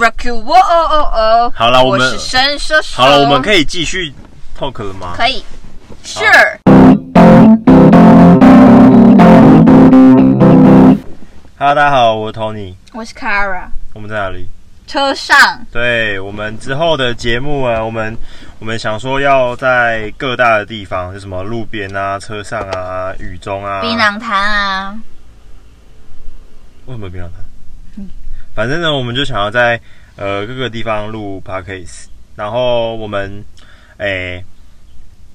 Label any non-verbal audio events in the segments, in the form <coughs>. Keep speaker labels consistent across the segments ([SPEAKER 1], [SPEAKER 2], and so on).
[SPEAKER 1] Rock you，哦哦哦！
[SPEAKER 2] 好了我
[SPEAKER 1] 我
[SPEAKER 2] 们
[SPEAKER 1] 是神射手。
[SPEAKER 2] 好了，我们可以继续 talk 了吗？
[SPEAKER 1] 可以，Sure。
[SPEAKER 2] Hello，大家好，我是 Tony，
[SPEAKER 1] 我是 Kara，
[SPEAKER 2] 我们在哪里？
[SPEAKER 1] 车上
[SPEAKER 2] 对我们之后的节目啊，我们我们想说要在各大的地方，就什么路边啊、车上啊、雨中啊，
[SPEAKER 1] 槟榔摊啊，
[SPEAKER 2] 为什么槟榔摊？反正呢，我们就想要在呃各个地方录 podcast，然后我们诶、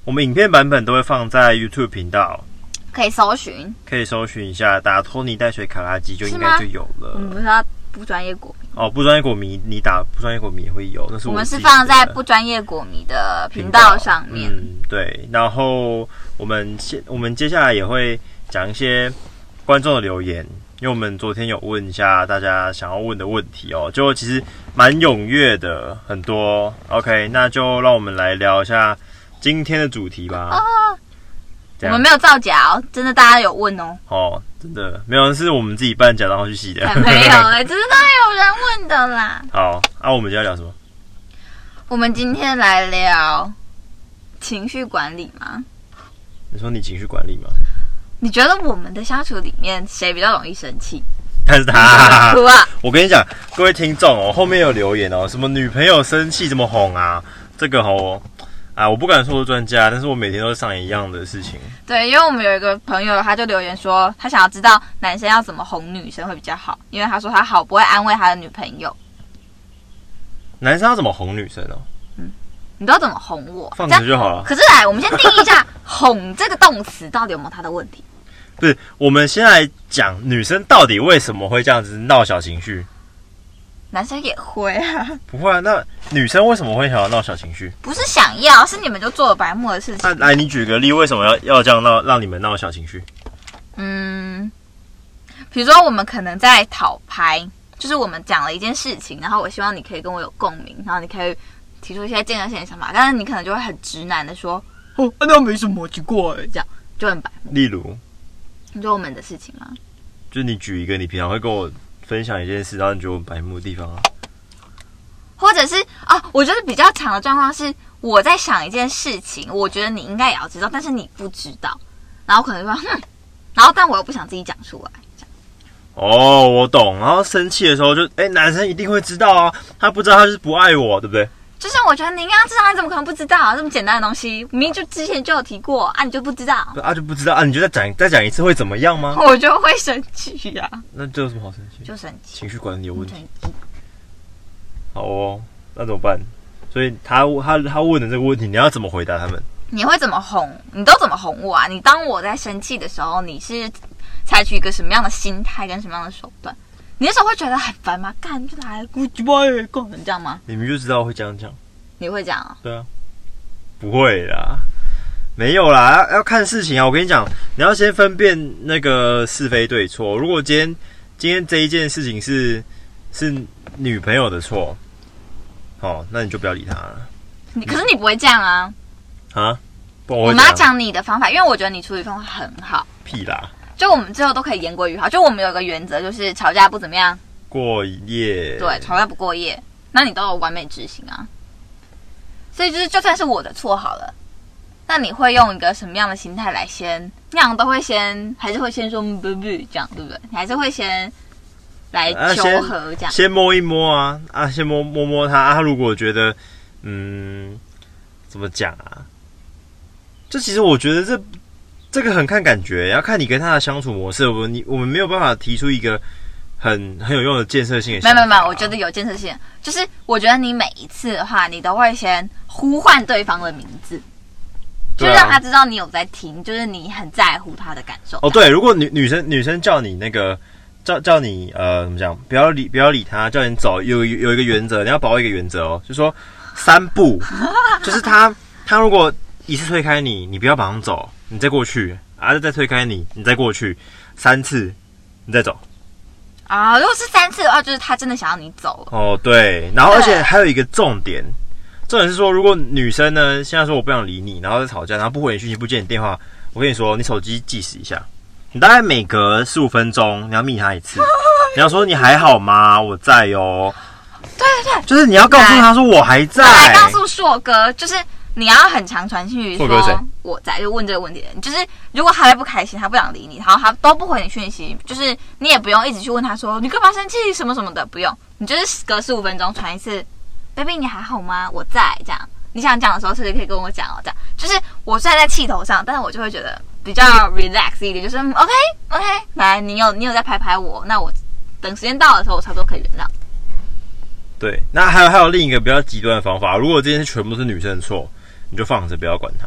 [SPEAKER 2] 我们影片版本都会放在 YouTube 频道，
[SPEAKER 1] 可以搜寻。
[SPEAKER 2] 可以搜寻一下，打托尼带水卡拉鸡就应
[SPEAKER 1] 是吗
[SPEAKER 2] 该就有了。
[SPEAKER 1] 嗯，不是要不专业国民，
[SPEAKER 2] 哦，不专业果迷，你打不专业果迷也会有，但是
[SPEAKER 1] 我
[SPEAKER 2] 我
[SPEAKER 1] 们是
[SPEAKER 2] 自己
[SPEAKER 1] 放在
[SPEAKER 2] 的
[SPEAKER 1] 不专业国迷的频道上面。
[SPEAKER 2] 嗯，对，然后我们现我们接下来也会讲一些观众的留言，因为我们昨天有问一下大家想要问的问题哦，就其实蛮踊跃的，很多。OK，那就让我们来聊一下今天的主题吧。这
[SPEAKER 1] 哦我
[SPEAKER 2] 样
[SPEAKER 1] 们没有造假哦，真的大家有问
[SPEAKER 2] <laughs>
[SPEAKER 1] 哦，
[SPEAKER 2] 哦，真的没有是我们自己办假账号去洗的。
[SPEAKER 1] 没有哎、真的有人问的啦。
[SPEAKER 2] <laughs> 好，啊，我们今天要聊什么？
[SPEAKER 1] 我们今天来聊情绪管理吗？
[SPEAKER 2] 你说你情绪管理吗？
[SPEAKER 1] 你觉得我们的相处里面谁比较容易生气？
[SPEAKER 2] 但是
[SPEAKER 1] <laughs>
[SPEAKER 2] 他 <laughs>
[SPEAKER 1] 哭啊！
[SPEAKER 2] 我跟你讲，各位听众哦，后面有留言哦，什么女朋友生气怎么哄啊？这个哦，啊，我不敢说我是专家，但是我每天都在上演一样的事情。
[SPEAKER 1] 对，因为我们有一个朋友，他就留言说，他想要知道男生要怎么哄女生会比较好，因为他说他好不会安慰他的女朋友。
[SPEAKER 2] 男生要怎么哄女生哦？
[SPEAKER 1] 你知道怎么哄我？
[SPEAKER 2] 放
[SPEAKER 1] 这
[SPEAKER 2] 着
[SPEAKER 1] 样
[SPEAKER 2] 就好了。
[SPEAKER 1] 可是哎来，我们先定义一下“哄”这个动词到底有没有它的问题？
[SPEAKER 2] 不是，我们先来讲女生到底为什么会这样子闹小情绪？
[SPEAKER 1] 男生也会啊，
[SPEAKER 2] 不会啊，那女生为什么会想要闹小情绪？
[SPEAKER 1] 不是想要，是你们就做了白目的事情。
[SPEAKER 2] 那来，你举个例，为什么要要这样闹，让你们闹小情绪？
[SPEAKER 1] 嗯，比如说我们可能在讨拍，就是我们讲了一件事情，然后我希望你可以跟我有共鸣，然后你可以提出一些建设性的想法，但是你可能就会很直男的说，哦，啊那没什么奇怪，这样就很白目。
[SPEAKER 2] 例如，
[SPEAKER 1] 你说我们的事情吗？
[SPEAKER 2] 就是你举一个你平常会跟我分享一件事，然后你觉得我白目的地方啊？
[SPEAKER 1] 或者是啊，我觉得比较长的状况是我在想一件事情，我觉得你应该也要知道，但是你不知道，然后可能就说，哼，然后但我又不想自己讲出来。
[SPEAKER 2] 哦，我懂。然后生气的时候就，哎、男生一定会知道啊，他不知道他就是不爱我，对不对？
[SPEAKER 1] 就是我觉得你应该要知道，你怎么可能不知道、啊这么简单的东西？明明就之前就有提过啊，你就不知道，
[SPEAKER 2] 啊，就不知道啊，你就再讲再讲一次会怎么样吗？
[SPEAKER 1] 我就会生气呀、
[SPEAKER 2] 那这有什么好生气？
[SPEAKER 1] 就生气，
[SPEAKER 2] 情绪管理有问
[SPEAKER 1] 生
[SPEAKER 2] 题。
[SPEAKER 1] 气。
[SPEAKER 2] 好哦，那怎么办？所以他他他问的这个问题，你要怎么回答他们？
[SPEAKER 1] 你会怎么哄？你都怎么哄我啊？你当我在生气的时候，你是采取一个什么样的心态跟什么样的手段？你那时候会觉得很烦吗？干就来咕叽巴耶，干这样吗？
[SPEAKER 2] 你们就知道会这样讲，
[SPEAKER 1] 你会这样、啊？
[SPEAKER 2] 不会啦，没有啦，要要看事情啊。我跟你讲，你要先分辨那个是非对错。如果今天今天这一件事情是是女朋友的错，哦，那你就不要理他了。
[SPEAKER 1] 你可是你不会这样啊！
[SPEAKER 2] 啊？不然
[SPEAKER 1] 我
[SPEAKER 2] 我会
[SPEAKER 1] 们要
[SPEAKER 2] 怎样
[SPEAKER 1] 讲你的方法，因为我觉得你处理方法很好，
[SPEAKER 2] 屁啦，
[SPEAKER 1] 就我们最后都可以言归于好。就我们有一个原则，就是吵架不怎么样。
[SPEAKER 2] 过夜。
[SPEAKER 1] 对，吵架不过夜，那你都有完美执行啊。所以就是，就算是我的错好了，那你会用一个什么样的心态来先？那样都会先，还是会先说嗯不不这样，对不对？你还是会先来
[SPEAKER 2] 啊
[SPEAKER 1] 求
[SPEAKER 2] 先
[SPEAKER 1] 和这样。
[SPEAKER 2] 先摸一摸啊啊，先摸摸摸他啊。如果觉得嗯，怎么讲啊？这其实我觉得这这个很看感觉，要看你跟他的相处模式。我们你我们没有办法提出一个很很有用的建设性的
[SPEAKER 1] 没
[SPEAKER 2] 想
[SPEAKER 1] 有
[SPEAKER 2] 法
[SPEAKER 1] 没
[SPEAKER 2] 啊。
[SPEAKER 1] 有没有，我觉得有建设性。就是我觉得你每一次的话，你都会先呼唤对方的名字，就
[SPEAKER 2] 对啊
[SPEAKER 1] 让他知道你有在听，就是你很在乎他的感受。
[SPEAKER 2] 哦，对，如果女女生女生叫你那个叫叫你呃怎么讲，不要理不要理她，叫你走，有有有一个原则，你要把握一个原则哦，就说三步，就是她她如果一次推开你，你不要马上走，你再过去，啊再推开你，你再过去三次，你再走。
[SPEAKER 1] 啊，如果是三次的话，就是他真的想要你走了。
[SPEAKER 2] 哦，对，然后而且
[SPEAKER 1] 对
[SPEAKER 2] 还有一个重点，重点是说，如果女生呢现在说我不想理你，然后在吵架，然后不回你讯息，不接你电话，我跟你说，你手机计时一下，你大概
[SPEAKER 1] <laughs>
[SPEAKER 2] 每隔十五分钟你要密她一次，你要说你还好吗？我在哦，
[SPEAKER 1] 对对对，
[SPEAKER 2] 就是你要告诉他说我还在，
[SPEAKER 1] 来告诉硕哥，就是你要很常传讯息
[SPEAKER 2] 硕哥谁
[SPEAKER 1] 说我在，就问这个问题的人。就是如果他在不开心，他不想理你，然后他都不回你讯息，就是你也不用一直去问他说你干嘛生气什么什么的，不用，你就是隔十五分钟传一次，baby 你还好吗？我在这样。你想讲的时候，甚至可以跟我讲哦，这样就是我虽然在气头上，但是我就会觉得比较 relax 一点，就是嗯 OK OK，来，你有你有在拍拍我，那我等时间到的时候，我差不多可以原谅。
[SPEAKER 2] 对，那还有还有另一个比较极端的方法，如果这件事全部是女生的错，你就放着不要管她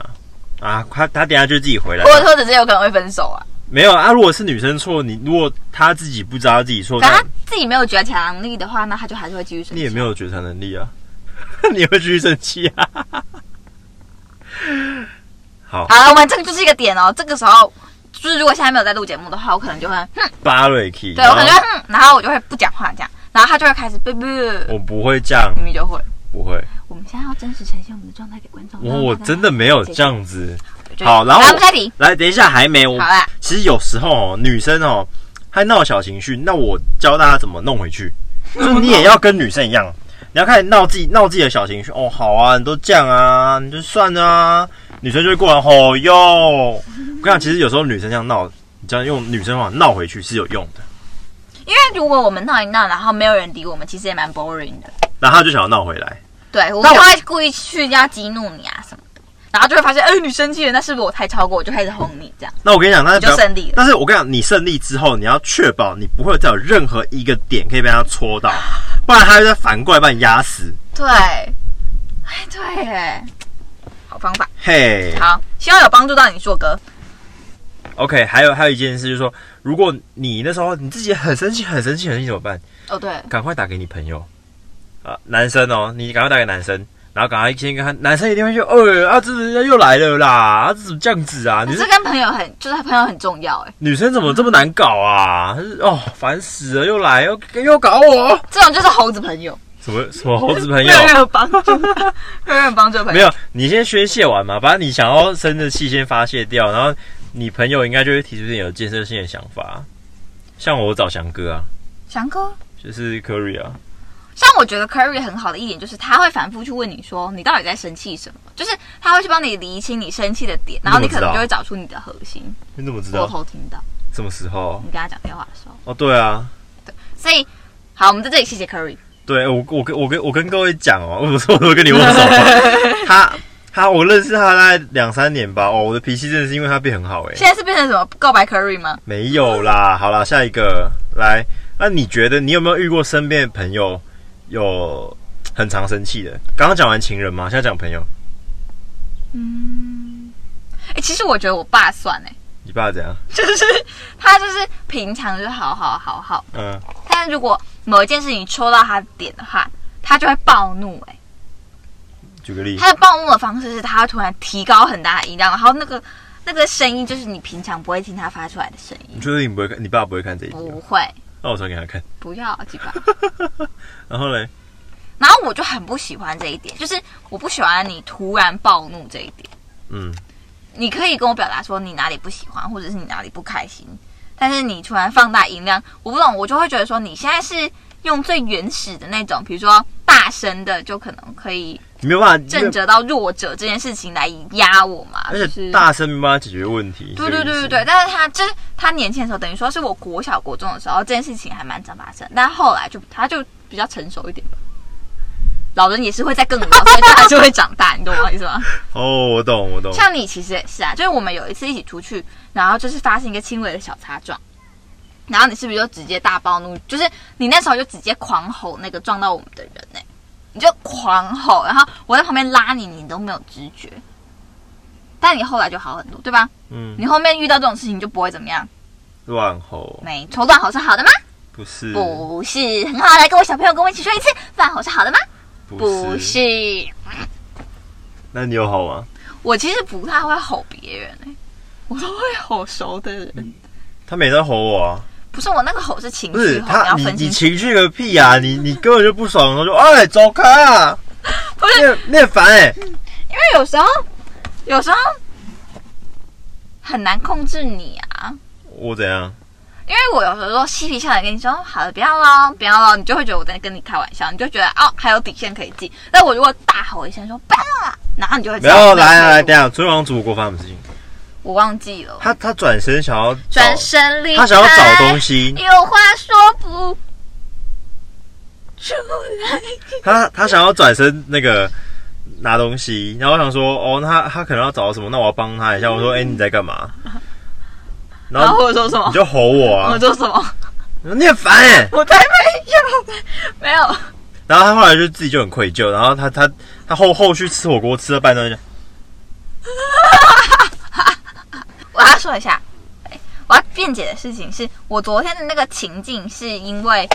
[SPEAKER 2] 啊，她她等下就自己回来
[SPEAKER 1] 或。者说，只是有可能会分手啊。
[SPEAKER 2] 没有啊，如果是女生错，你如果她自己不知道自己错，
[SPEAKER 1] 反正
[SPEAKER 2] 那
[SPEAKER 1] 他自己没有觉察能力的话，那他就还是会继续生
[SPEAKER 2] 你
[SPEAKER 1] 气。
[SPEAKER 2] 也没有觉察能力啊， <laughs> 你会继续生气啊。好，
[SPEAKER 1] 好了，我们这个就是一个点哦。这个时候，就是如果现在没有在录节目的话，我可能
[SPEAKER 2] <laughs>
[SPEAKER 1] 就会哼，
[SPEAKER 2] 巴瑞 key，
[SPEAKER 1] 对我可能就会哼，然后我就会不讲话这样，然后他就会开始哔哔，
[SPEAKER 2] 我不会这样，
[SPEAKER 1] 明明就会。
[SPEAKER 2] 不会，
[SPEAKER 1] 我们现在要真实呈现我们的状态给观众。
[SPEAKER 2] 我哦我真的没有这样子。
[SPEAKER 1] 就
[SPEAKER 2] 好然后
[SPEAKER 1] 来
[SPEAKER 2] 我
[SPEAKER 1] 我们下题。
[SPEAKER 2] 来，等一下还没，我
[SPEAKER 1] 好啦，
[SPEAKER 2] 其实有时候、哦、女生哦，她闹小情绪，那我教大家怎么弄回去。就是你也要跟女生一样，你要开始闹自己闹自己的小情绪。哦，好啊，你都这样啊，你就算了啊。女生就会过来，吼哟。我跟你讲，其实有时候女生这样闹，你这样用女生的话闹回去是有用的。
[SPEAKER 1] 因为如果我们闹一闹，然后没有人理我们，其实也蛮 boring 的。
[SPEAKER 2] 然后她就想要闹回来，
[SPEAKER 1] 对，我
[SPEAKER 2] 那
[SPEAKER 1] 们
[SPEAKER 2] 我
[SPEAKER 1] 就会故意去人家激怒你啊什么的，然后就会发现，哎，你生气了，那是不是我太超过？我就开始哄你这样，
[SPEAKER 2] 那我跟你讲，那
[SPEAKER 1] 你就胜利了。
[SPEAKER 2] 但是我跟你讲，你胜利之后，你要确保你不会再有任何一个点可以被他戳到， <laughs> 不然他就在反过来把你压死。
[SPEAKER 1] 对，哎，对，哎，好方法，
[SPEAKER 2] 嘿、
[SPEAKER 1] 好，希望有帮助到你，硕哥。
[SPEAKER 2] o k 还有还有一件事就是说，如果你那时候你自己很生气、很生气、很生气怎么办？
[SPEAKER 1] 哦，对，
[SPEAKER 2] 赶快打给你朋友啊、男生哦，你赶快打给男生，然后赶快先跟他，男生一定会说，呃、啊，这人家又来了啦，啊，这怎么这样子啊？
[SPEAKER 1] 可
[SPEAKER 2] 女
[SPEAKER 1] 是
[SPEAKER 2] 生
[SPEAKER 1] 跟朋友很，就是朋友很重要，哎，
[SPEAKER 2] 女生怎么这么难搞啊？哦，烦死了，又来又又搞我，
[SPEAKER 1] <laughs> 这种就是猴子朋友，
[SPEAKER 2] 什么什么猴子朋
[SPEAKER 1] 没
[SPEAKER 2] 友
[SPEAKER 1] 有？任何帮 <laughs> 助，没有任何帮助的朋
[SPEAKER 2] 没
[SPEAKER 1] 友。
[SPEAKER 2] 有，你先宣泄完嘛，把你想要生的气先发泄掉，然后你朋友应该就会提出点有建设性的想法。像我找翔哥啊，
[SPEAKER 1] 翔哥，
[SPEAKER 2] 就是 Curry 啊，
[SPEAKER 1] 像我觉得 Curry 很好的一点就是他会反复去问你说你到底在生气什么，就是他会去帮你厘清你生气的点，然后你可能就会找出你的核心。
[SPEAKER 2] 你怎么知
[SPEAKER 1] 我
[SPEAKER 2] 道？
[SPEAKER 1] 偷听到
[SPEAKER 2] 什么时候？
[SPEAKER 1] 你跟他讲电话的时候，
[SPEAKER 2] 哦，对啊，
[SPEAKER 1] 所以好，我们在这里谢谢 Curry。
[SPEAKER 2] 对我我跟我跟我跟各位讲哦，我说我都跟你握手了他他我认识他大概两三年吧，哦，我的脾气真的是因为他变很好哎、
[SPEAKER 1] 现在是变成什么告白 Curry 吗？
[SPEAKER 2] 没有啦，好啦，下一个来，那你觉得你有没有遇过身边的朋友有很常生气的？刚刚讲完情人嘛，现在讲朋友，
[SPEAKER 1] 哎、其实我觉得我爸算哎、
[SPEAKER 2] 你爸怎样？
[SPEAKER 1] <laughs> 就是他就是平常就是好好好好，
[SPEAKER 2] 嗯，
[SPEAKER 1] 但是如果某一件事情戳到他的点的话，他就会暴怒、欸。
[SPEAKER 2] 举个例，
[SPEAKER 1] 他的暴怒的方式是他会突然提高很大的音量，然后那个那个声音就是你平常不会听他发出来的声音
[SPEAKER 2] 你，确定你不会看，你爸不会看这一集吗？
[SPEAKER 1] 不会，
[SPEAKER 2] 那我传给他看。
[SPEAKER 1] 不要鸡巴。
[SPEAKER 2] 然后嘞，
[SPEAKER 1] 然后我就很不喜欢这一点，就是我不喜欢你突然暴怒这一点。
[SPEAKER 2] 嗯，
[SPEAKER 1] 你可以跟我表达说你哪里不喜欢，或者是你哪里不开心，但是你突然放大音量，我不懂，我就会觉得说你现在是用最原始的那种，比如说大声的，就可能可以
[SPEAKER 2] 你没有办法，
[SPEAKER 1] 震
[SPEAKER 2] 没有
[SPEAKER 1] 慑到弱者这件事情来压我嘛，
[SPEAKER 2] 而
[SPEAKER 1] 就是
[SPEAKER 2] 且大声没办法解决问题。
[SPEAKER 1] 对对
[SPEAKER 2] 这个
[SPEAKER 1] 对
[SPEAKER 2] 意思
[SPEAKER 1] 对对，，但是他就是他年轻的时候，等于说是我国小国中的时候，这件事情还蛮常发生，但后来就他就比较成熟一点吧。老人也是会在更老，所以他还是会长大，你懂我意思吗？
[SPEAKER 2] 哦，我懂我懂。
[SPEAKER 1] 像你其实也是啊，就是我们有一次一起出去，然后就是发生一个轻微的小擦撞，然后你是不是就直接大暴怒？就是你那时候就直接狂吼那个撞到我们的人呢、你就狂吼，然后我在旁边拉你，你都没有知觉，但你后来就好很多，对吧？
[SPEAKER 2] 嗯，
[SPEAKER 1] 你后面遇到这种事情就不会怎么样。
[SPEAKER 2] 乱吼
[SPEAKER 1] 没错，乱吼是好的吗？
[SPEAKER 2] 不是
[SPEAKER 1] 不是，很好。啊来，跟我小朋友跟我一起说一次，乱吼是好的吗？不
[SPEAKER 2] 不是，
[SPEAKER 1] 是，
[SPEAKER 2] 那你有吼吗？
[SPEAKER 1] 我其实不太会吼别人、欸，我都会吼熟的人。
[SPEAKER 2] 他每次吼我啊，
[SPEAKER 1] 不是我那个吼是情
[SPEAKER 2] 不
[SPEAKER 1] 绪
[SPEAKER 2] 是
[SPEAKER 1] 吼，你要
[SPEAKER 2] 他，你
[SPEAKER 1] 分
[SPEAKER 2] 你
[SPEAKER 1] 清楚。
[SPEAKER 2] 情绪个屁啊！你你根本就不爽，然后就哎走开啊！
[SPEAKER 1] <laughs> 不是
[SPEAKER 2] 你很，你很烦哎，
[SPEAKER 1] 因为有时候，有时候很难控制你啊。
[SPEAKER 2] 我怎样？
[SPEAKER 1] 因为我有时候嬉皮笑脸跟你说哦好了，不要咯，不要咯，你就会觉得我在跟你开玩笑，你就觉得哦还有底线可以记。但我如果大吼一声说不要啦，然后你就会知
[SPEAKER 2] 没
[SPEAKER 1] 道那
[SPEAKER 2] 有，
[SPEAKER 1] 个
[SPEAKER 2] 来来来，
[SPEAKER 1] 是
[SPEAKER 2] 等一下，昨天晚上主播发生什么事情？
[SPEAKER 1] 我忘记了，
[SPEAKER 2] 他他转身想要找
[SPEAKER 1] 转身离开，
[SPEAKER 2] 他想要找东西，
[SPEAKER 1] 有话说不出来。
[SPEAKER 2] 他他想要转身那个拿东西，然后我想说，哦，那他他可能要找到什么，那我要帮他一下。我说，哎、你在
[SPEAKER 1] <laughs>
[SPEAKER 2] 干嘛？
[SPEAKER 1] 嗯
[SPEAKER 2] 然
[SPEAKER 1] 然后
[SPEAKER 2] 后
[SPEAKER 1] 我说什
[SPEAKER 2] 你
[SPEAKER 1] 么？
[SPEAKER 2] 就吼我啊
[SPEAKER 1] 我，说什么？
[SPEAKER 2] 我说你很烦哎、
[SPEAKER 1] 我才没有，没有。
[SPEAKER 2] 然后他后来就自己就很愧疚，然后他他他后后续吃火锅吃到半段就，
[SPEAKER 1] 我要说一下，哎我要辩解的事情是我昨天的那个情境是因为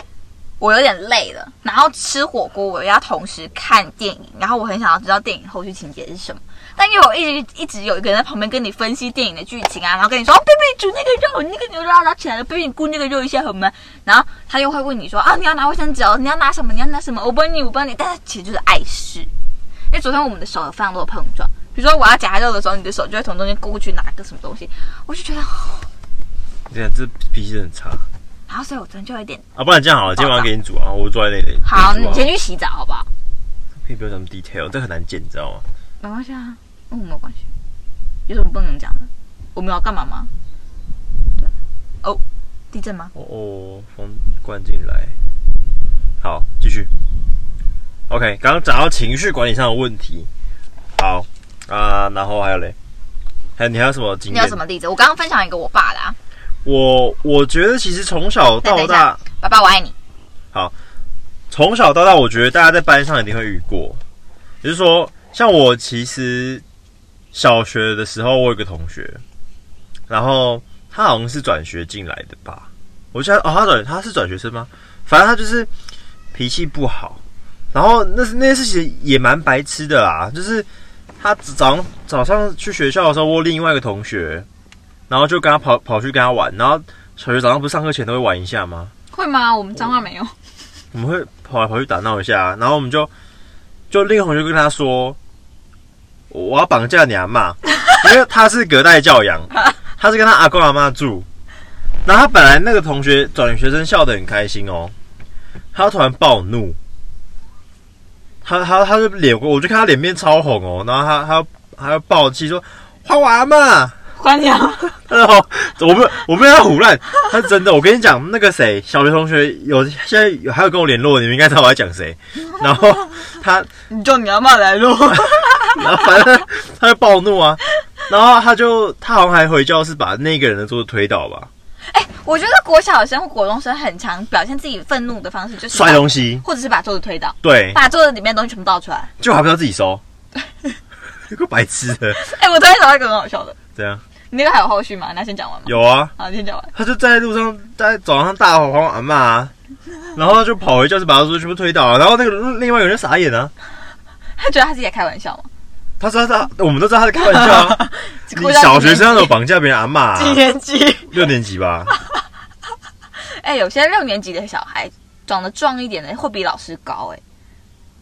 [SPEAKER 1] 我有点累了，然后吃火锅，我又要同时看电影，然后我很想要知道电影后续情节是什么。但因为我一直一直有一个人在旁边跟你分析电影的剧情啊，然后跟你说，哦，贝贝煮那个肉，那个牛肉要拿起来了，贝贝你顾那个肉一下好吗？然后他又会问你说，啊，你要拿卫生纸哦，你要拿什么？你要拿什么？我帮你，我帮你。但是其实就是碍事。因为昨天我们的手有非常多的碰撞，比如说我要夹肉的时候，你的手就会从中间过去拿个什么东西，我就觉得，
[SPEAKER 2] 这样这脾气很差
[SPEAKER 1] 然后所以我昨天就有一点，
[SPEAKER 2] 啊。不然这样好了，今天晚上给你煮啊，我坐在那里。
[SPEAKER 1] 好，
[SPEAKER 2] 你
[SPEAKER 1] 你
[SPEAKER 2] 煮
[SPEAKER 1] 先
[SPEAKER 2] 啊
[SPEAKER 1] 去洗澡好不好？
[SPEAKER 2] 可以不用这么 detail，这很难剪，你知道吗？
[SPEAKER 1] 没关系啊，嗯，没有关系，有什么不能讲的？我们要干嘛吗？对，哦，地震吗？
[SPEAKER 2] 哦哦，风灌进来。好，继续。OK，刚刚讲到情绪管理上的问题。好啊、然后还有嘞，还有你还有什么经
[SPEAKER 1] 你
[SPEAKER 2] 验？
[SPEAKER 1] 有什么例子？我刚刚分享一个我爸的啊，
[SPEAKER 2] 我我觉得其实从小到
[SPEAKER 1] 等一
[SPEAKER 2] 大
[SPEAKER 1] 下，爸爸我爱你，
[SPEAKER 2] 从小到大，我觉得大家在班上一定会遇过。也就是说，像我其实小学的时候，我有个同学，然后他好像是转学进来的吧？我记得哦，他转他是转学生吗？反正他就是脾气不好，然后那是那件事情也蛮白痴的啦，就是他早上早上去学校的时候，我有另外一个同学，然后就跟他跑跑去跟他玩，然后小学早上不是上课前都会玩一下吗？
[SPEAKER 1] 会吗？我们脏话没有，
[SPEAKER 2] 我们会跑来跑去打闹一下，然后我们就就另一个同学跟他说，我要绑架你阿妈， <laughs> 因为他是隔代教养，他是跟他阿公阿妈住，然后他本来那个同学转学生笑得很开心哦，他突然暴怒，他他他就脸，我就看他脸变超红哦，然后他他他就暴气说还我阿妈。
[SPEAKER 1] 关啊掉。
[SPEAKER 2] 然后 <laughs> 我们我们要胡乱，他是真的。我跟你讲，那个谁，小学同学有现在有还有跟我联络，你们应该知道我在讲谁。然后他，
[SPEAKER 1] 你叫你阿妈来录，
[SPEAKER 2] 然后反正他就暴怒啊，然后他就他好像还回教室把那个人的桌子推倒吧，
[SPEAKER 1] 我觉得国小生或国中生很常表现自己愤怒的方式就是
[SPEAKER 2] 摔东西，
[SPEAKER 1] 或者是把桌子推倒，
[SPEAKER 2] 对，
[SPEAKER 1] 把桌子里面的东西全部倒出来。
[SPEAKER 2] 就还不知道自己收， <laughs> 有个白痴的，
[SPEAKER 1] 哎、我昨天找到一个很好笑的，
[SPEAKER 2] 这样
[SPEAKER 1] 你那个还有后续吗？那先讲完吗？
[SPEAKER 2] 有啊，
[SPEAKER 1] 好，你先讲完。
[SPEAKER 2] 他就在路上在早上大吼喊我阿骂啊，然后他就跑回教室把他桌子全部推倒啊，然后那个另外一个人就傻眼啊，
[SPEAKER 1] 他觉得他自己在开玩笑吗？
[SPEAKER 2] 他说他我们都知道他在开玩笑啊。
[SPEAKER 1] <laughs>
[SPEAKER 2] 你小学生啊有绑架别人阿 <laughs> 妈、
[SPEAKER 1] 几年级？
[SPEAKER 2] 六年级吧？
[SPEAKER 1] 哎、有些六年级的小孩长得壮一点的会比老师高、哎，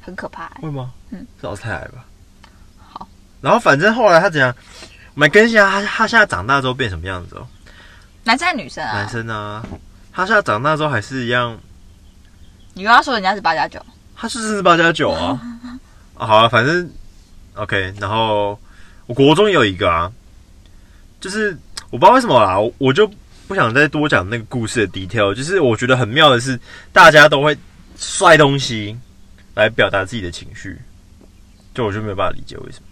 [SPEAKER 1] 很可怕、哎
[SPEAKER 2] 会吗？
[SPEAKER 1] 嗯，
[SPEAKER 2] 是老师太矮吧？
[SPEAKER 1] 好。
[SPEAKER 2] 然后反正后来他怎样？我们更新啊他，他他现在长大之后变什么样子哦？
[SPEAKER 1] 男生还是女生
[SPEAKER 2] 男
[SPEAKER 1] 啊？
[SPEAKER 2] 生啊，他现在长大之后还是一样，
[SPEAKER 1] 你又要说人家是八加
[SPEAKER 2] <laughs>
[SPEAKER 1] 九，
[SPEAKER 2] 他是四十八加九啊。啊好啊，反正 OK。然后我国中有一个啊，就是我不知道为什么啦，我我就不想再多讲那个故事的 detail。就是我觉得很妙的是，大家都会摔东西来表达自己的情绪，就我就没有办法理解为什么。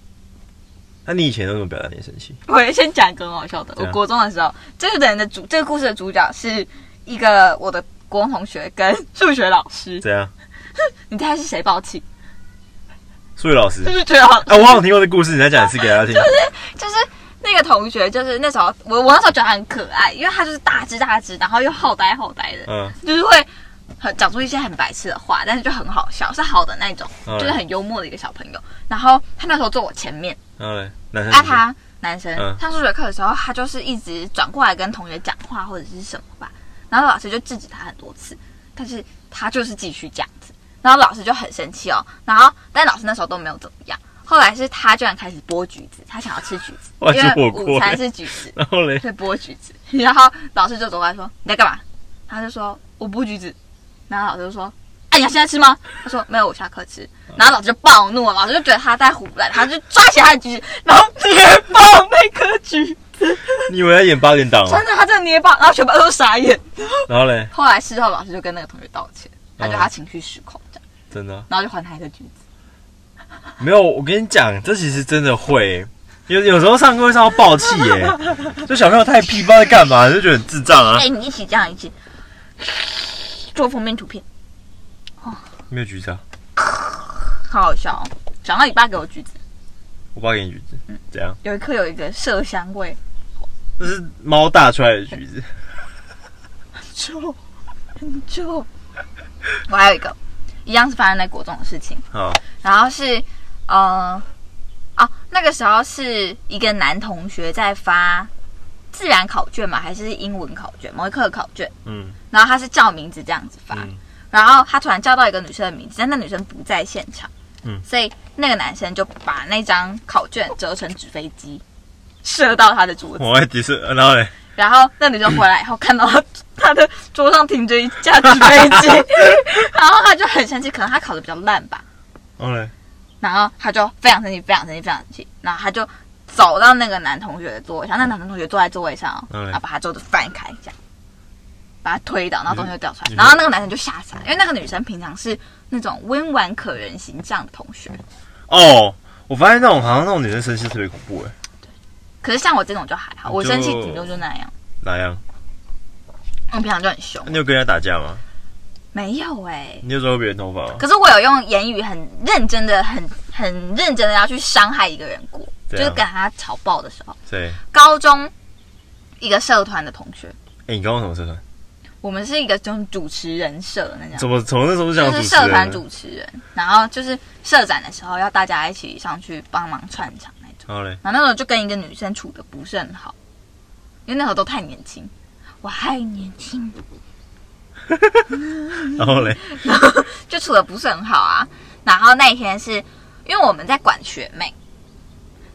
[SPEAKER 2] 那你以前都怎么表达你的生气？
[SPEAKER 1] 我先讲一个很好笑的。
[SPEAKER 2] 对
[SPEAKER 1] 我
[SPEAKER 2] 啊
[SPEAKER 1] 国中的时候，这个人的主，这个故事的主角是一个我的国中同学跟数学老师。
[SPEAKER 2] 怎样？
[SPEAKER 1] 你猜是谁爆气？
[SPEAKER 2] 数学老师
[SPEAKER 1] 就？是觉得好
[SPEAKER 2] 哎、我好像听过这故事，你再讲一次给大家听。
[SPEAKER 1] <laughs> 就是那个同学，就是那时候我我那时候觉得他很可爱，因为他就是大只大只，然后又好呆好呆的，
[SPEAKER 2] 嗯，
[SPEAKER 1] 就是会很讲出一些很白痴的话，但是就很好笑，是好的那种，
[SPEAKER 2] 嗯
[SPEAKER 1] 就是很幽默的一个小朋友。然后他那时候坐我前面，
[SPEAKER 2] 然后嘞，男生
[SPEAKER 1] 啊
[SPEAKER 2] 女生
[SPEAKER 1] 他男生
[SPEAKER 2] 嗯
[SPEAKER 1] 上数学课的时候，他就是一直转过来跟同学讲话或者是什么吧，然后老师就制止他很多次，但是他就是继续这样子，然后老师就很生气哦，然后但老师那时候都没有怎么样。后来是他居然开始剥橘子，他想要吃橘子，
[SPEAKER 2] 哇
[SPEAKER 1] 因
[SPEAKER 2] 吃火
[SPEAKER 1] 为
[SPEAKER 2] 锅
[SPEAKER 1] 午餐
[SPEAKER 2] 欸
[SPEAKER 1] 是橘子，
[SPEAKER 2] 然后嘞，
[SPEAKER 1] 对，剥橘子。 <laughs> 然后老师就走过来说：“你在干嘛？”他就说：“我剥橘子。”然后老师就说：“哎、你要现在吃吗？”他说：“没有，我下课吃。”然后老师就暴怒了，老师就觉得他在胡乱，他就抓起他的橘子，然后捏爆那颗橘子，
[SPEAKER 2] 你以为在演八点档哦
[SPEAKER 1] 真？的，他真的捏爆，然后全班都傻眼。
[SPEAKER 2] 然后嘞，
[SPEAKER 1] 后来事后老师就跟那个同学道歉，他觉得
[SPEAKER 2] 嗯
[SPEAKER 1] 他情绪失控这样，
[SPEAKER 2] 真的啊
[SPEAKER 1] 然后就还他一个橘子。
[SPEAKER 2] 没有。我跟你讲，这其实真的会，有有时候上课会上到爆气耶，就小朋友太屁，不知道在干嘛，就觉得很智障啊
[SPEAKER 1] 哎、。你一起这样一起做封面图片，
[SPEAKER 2] 没有橘子啊，
[SPEAKER 1] 好好笑哦。想到你爸给我橘子，
[SPEAKER 2] 我爸给你橘子，怎样？
[SPEAKER 1] 有一颗有一个麝香味，
[SPEAKER 2] 这是猫大出来的橘子，
[SPEAKER 1] 臭，很
[SPEAKER 2] <laughs>
[SPEAKER 1] 臭。我还有一个，一样是发生在国中的事情，
[SPEAKER 2] 好，
[SPEAKER 1] 然后是，呃，啊，那个时候是一个男同学在发自然考卷嘛，还是英文考卷，某一科的考卷，
[SPEAKER 2] 嗯
[SPEAKER 1] 然后他是叫名字这样子发，
[SPEAKER 2] 嗯
[SPEAKER 1] 然后他突然叫到一个女生的名字，但那女生不在现场，
[SPEAKER 2] 嗯
[SPEAKER 1] 所以那个男生就把那张考卷折成纸飞机，射到他的桌子，
[SPEAKER 2] 我爱迪士，呃然后嘞，
[SPEAKER 1] 然后那女生回来以后看到他他的桌上停着一架纸飞机，然后他就很生气，可能他考的比较烂吧，
[SPEAKER 2] 然后嘞，
[SPEAKER 1] 然后他就非常生气，非常生气，非常生气，然后他就走到那个男同学的座位上，那男同学坐在座位上哦，
[SPEAKER 2] 嗯
[SPEAKER 1] 然后把他桌子翻开，这样把他推倒，然后东西就掉出
[SPEAKER 2] 你
[SPEAKER 1] 来，
[SPEAKER 2] 是
[SPEAKER 1] 然后那个男生就吓傻，因为那个女生平常是那种温婉可人、形象的同学，
[SPEAKER 2] 哦，我发现那种好像那种女生生气特别恐怖哎，
[SPEAKER 1] 可是像我这种就还好，我
[SPEAKER 2] 就
[SPEAKER 1] 生气顶多就那样，
[SPEAKER 2] 哪样？
[SPEAKER 1] 我平常就很凶
[SPEAKER 2] 那，你有跟人家打架吗？
[SPEAKER 1] 没有哎、
[SPEAKER 2] 你有抓过别人头发吗？
[SPEAKER 1] 可是我有用言语很认真的、很很认真的要去伤害一个人过，就
[SPEAKER 2] 对啊
[SPEAKER 1] 是跟他吵爆的时候。
[SPEAKER 2] 对，
[SPEAKER 1] 高中一个社团的同学，
[SPEAKER 2] 哎，你刚刚什么社团？
[SPEAKER 1] 我们是一个这种主持人社那
[SPEAKER 2] 怎
[SPEAKER 1] 种，
[SPEAKER 2] 么从那时候就想
[SPEAKER 1] 就是
[SPEAKER 2] 主持
[SPEAKER 1] 社团
[SPEAKER 2] 人？
[SPEAKER 1] 主持人，然后就是社展的时候要大家一起上去帮忙串场那种。
[SPEAKER 2] 然后嘞，
[SPEAKER 1] 然后那时候就跟一个女生处的不是很好，因为那时候都太年轻，我还年轻，
[SPEAKER 2] 然后嘞，
[SPEAKER 1] 就处的不是很好啊。然后那一天是因为我们在管学妹，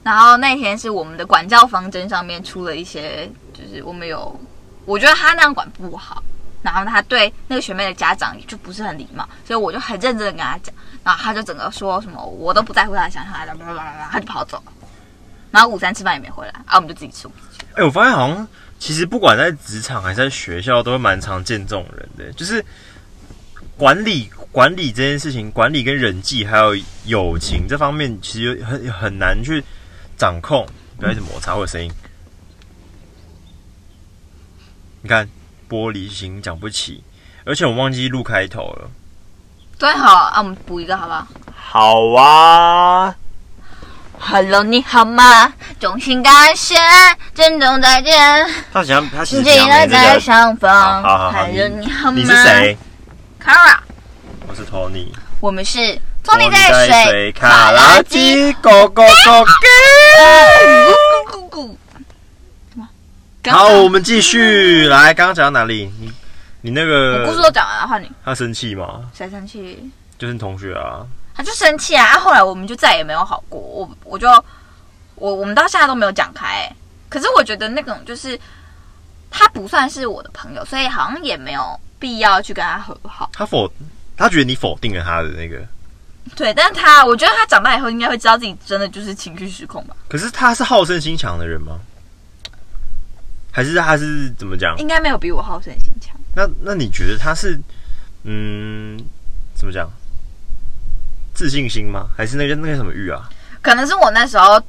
[SPEAKER 1] 然后那一天是我们的管教方针上面出了一些，就是我们有，我觉得他那样管不好，然后他对那个学妹的家长就不是很礼貌，所以我就很认真的跟他讲，然后他就整个说什么我都不在乎他的想法，啦啦啦啦啦，他就跑走了。然后午餐吃饭也没回来，啊，我们就自己吃午餐。
[SPEAKER 2] 哎、我发现好像其实不管在职场还是在学校，都会蛮常见这种人的，就是管理管理这件事情，管理跟人际还有友情这方面，其实很很难去掌控。不要一直摩擦或者声音。你看，玻璃心讲不起，而且我忘记录开头了。
[SPEAKER 1] 对，好，啊，我们补一个好不好？
[SPEAKER 2] 好啊，
[SPEAKER 1] Hello，你好吗？衷心感谢，郑重再见。
[SPEAKER 2] 他想他其实
[SPEAKER 1] 紧
[SPEAKER 2] 想
[SPEAKER 1] 的
[SPEAKER 2] 没
[SPEAKER 1] 在
[SPEAKER 2] 这个。
[SPEAKER 1] 上方。
[SPEAKER 2] 好好好
[SPEAKER 1] Hello，
[SPEAKER 2] 你
[SPEAKER 1] 你好吗？
[SPEAKER 2] 你是谁？
[SPEAKER 1] ？Kara，
[SPEAKER 2] 我是 Tony。
[SPEAKER 1] 我们是托尼在
[SPEAKER 2] 在
[SPEAKER 1] 水
[SPEAKER 2] 卡拉鸡狗狗狗
[SPEAKER 1] 咕咕咕咕。什么？刚
[SPEAKER 2] 好，
[SPEAKER 1] 刚
[SPEAKER 2] 我们继续来。刚刚讲到哪里？你你那
[SPEAKER 1] 我故事
[SPEAKER 2] 个
[SPEAKER 1] 都讲完了，换你。
[SPEAKER 2] 他生气吗？
[SPEAKER 1] 谁生气？
[SPEAKER 2] 就是你同学啊，
[SPEAKER 1] 他就生气啊！啊后来我们就再也没有好过。我我就我我们到现在都没有讲开、欸。可是我觉得那种就是他不算是我的朋友，所以好像也没有必要去跟他和好。
[SPEAKER 2] 他否他觉得你否定了他的那个，
[SPEAKER 1] 对，但是他我觉得他长大以后应该会知道自己真的就是情绪失控吧，
[SPEAKER 2] 可是他是好胜心强的人吗？还是他是怎么讲？
[SPEAKER 1] 应该没有比我好胜心强。
[SPEAKER 2] 那那你觉得他是嗯怎么讲？自信心吗？还是那个那个什么欲啊？
[SPEAKER 1] 可能是我那时候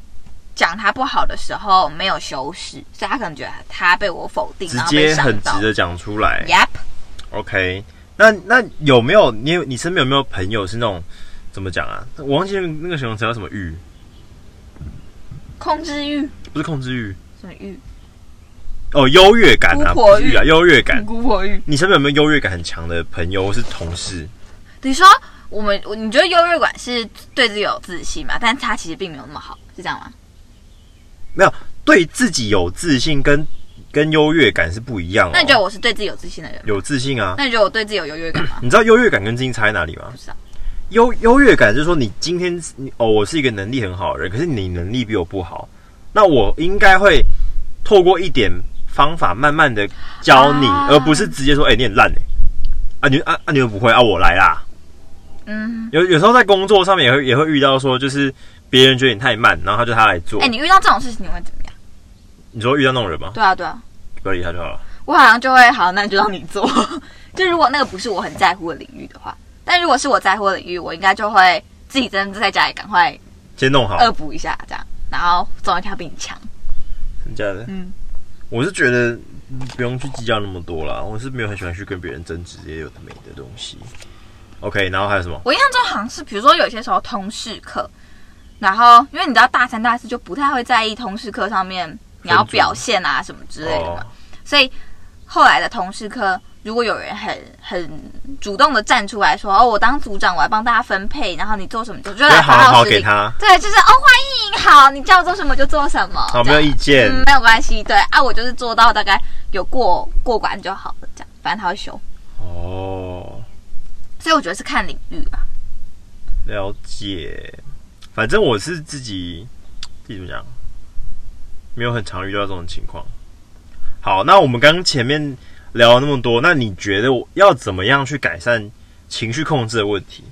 [SPEAKER 1] 讲他不好的时候没有修饰，所以他可能觉得他被我否定，
[SPEAKER 2] 直
[SPEAKER 1] 然后被
[SPEAKER 2] 接
[SPEAKER 1] 伤
[SPEAKER 2] 很
[SPEAKER 1] 到
[SPEAKER 2] 直。的讲出来。
[SPEAKER 1] Yep，
[SPEAKER 2] OK，那那有没有你有你身边有没有朋友是那种怎么讲啊？我忘记那个形容词叫什么欲，
[SPEAKER 1] 控制欲
[SPEAKER 2] 不是控制欲
[SPEAKER 1] 什么欲？
[SPEAKER 2] 哦，优越感啊，
[SPEAKER 1] 姑婆
[SPEAKER 2] 不是欲啊，
[SPEAKER 1] 欲嗯
[SPEAKER 2] 优越感。
[SPEAKER 1] 姑婆欲。
[SPEAKER 2] 你身边有没有优越感很强的朋友或是同事？
[SPEAKER 1] 你说我们，我你觉得优越感是对自己有自信嘛？但他其实并没有那么好，是这样吗？
[SPEAKER 2] 对自己有自信跟跟优越感是不一样、哦。
[SPEAKER 1] 那你觉得我是对自己有自信的人吗？
[SPEAKER 2] 有自信啊？？
[SPEAKER 1] 那你觉得我对自己有优越感吗
[SPEAKER 2] 你知道优越感跟自信差在哪里吗？
[SPEAKER 1] 不知道
[SPEAKER 2] 优优越感就是说，你今天你哦，我是一个能力很好的人，可是你能力比我不好，那我应该会透过一点方法，慢慢的教你，
[SPEAKER 1] 啊
[SPEAKER 2] 而不是直接说，哎、你很烂哎、啊你啊啊你又不会啊，我来啦。
[SPEAKER 1] 嗯，
[SPEAKER 2] 有有时候在工作上面也会也会遇到说，就是别人觉得你太慢，然后他就他来做。
[SPEAKER 1] 哎、你遇到这种事情你会怎么样？
[SPEAKER 2] 你说遇到那种人吗？
[SPEAKER 1] 对啊，对啊，
[SPEAKER 2] 不要理他就好了。
[SPEAKER 1] 我好像就会好，那就让你做。 <laughs> 就如果那个不是我很在乎的领域的话，但如果是我在乎的领域，我应该就会自己真的在家里赶快
[SPEAKER 2] 先弄好，
[SPEAKER 1] 恶补一下，这样，然后总有一天他比你强。
[SPEAKER 2] 真假的。
[SPEAKER 1] 嗯，
[SPEAKER 2] 我是觉得嗯不用去计较那么多啦，我是没有很喜欢去跟别人争执这些有的没的东西。OK，然后还有什么？
[SPEAKER 1] 我印象中好像是，比如说有些时候通识课，然后因为你知道大三、大四就不太会在意通识课上面你要
[SPEAKER 2] 分组
[SPEAKER 1] 表现啊什么之类的嘛，
[SPEAKER 2] 哦，
[SPEAKER 1] 所以后来的同事科，如果有人很很主动的站出来说：“哦，我当组长，我来帮大家分配，然后你做什么就就
[SPEAKER 2] 要
[SPEAKER 1] 来
[SPEAKER 2] 哦哎好
[SPEAKER 1] 发
[SPEAKER 2] 好
[SPEAKER 1] 号施
[SPEAKER 2] 给
[SPEAKER 1] 令。
[SPEAKER 2] 他，”
[SPEAKER 1] 对，就是哦，欢迎，好，你叫我做什么就做什么。
[SPEAKER 2] 好
[SPEAKER 1] 这
[SPEAKER 2] 没
[SPEAKER 1] 样
[SPEAKER 2] 有意见。
[SPEAKER 1] 嗯，没有关系，对啊，我就是做到大概有过过关就好了，这样，反正他会修，
[SPEAKER 2] 哦，
[SPEAKER 1] 所以我觉得是看领域吧。
[SPEAKER 2] 了解。反正我是自己自己怎么讲，没有很常遇到这种情况。好，那我们刚前面聊了那么多，那你觉得我要怎么样去改善情绪控制的问题？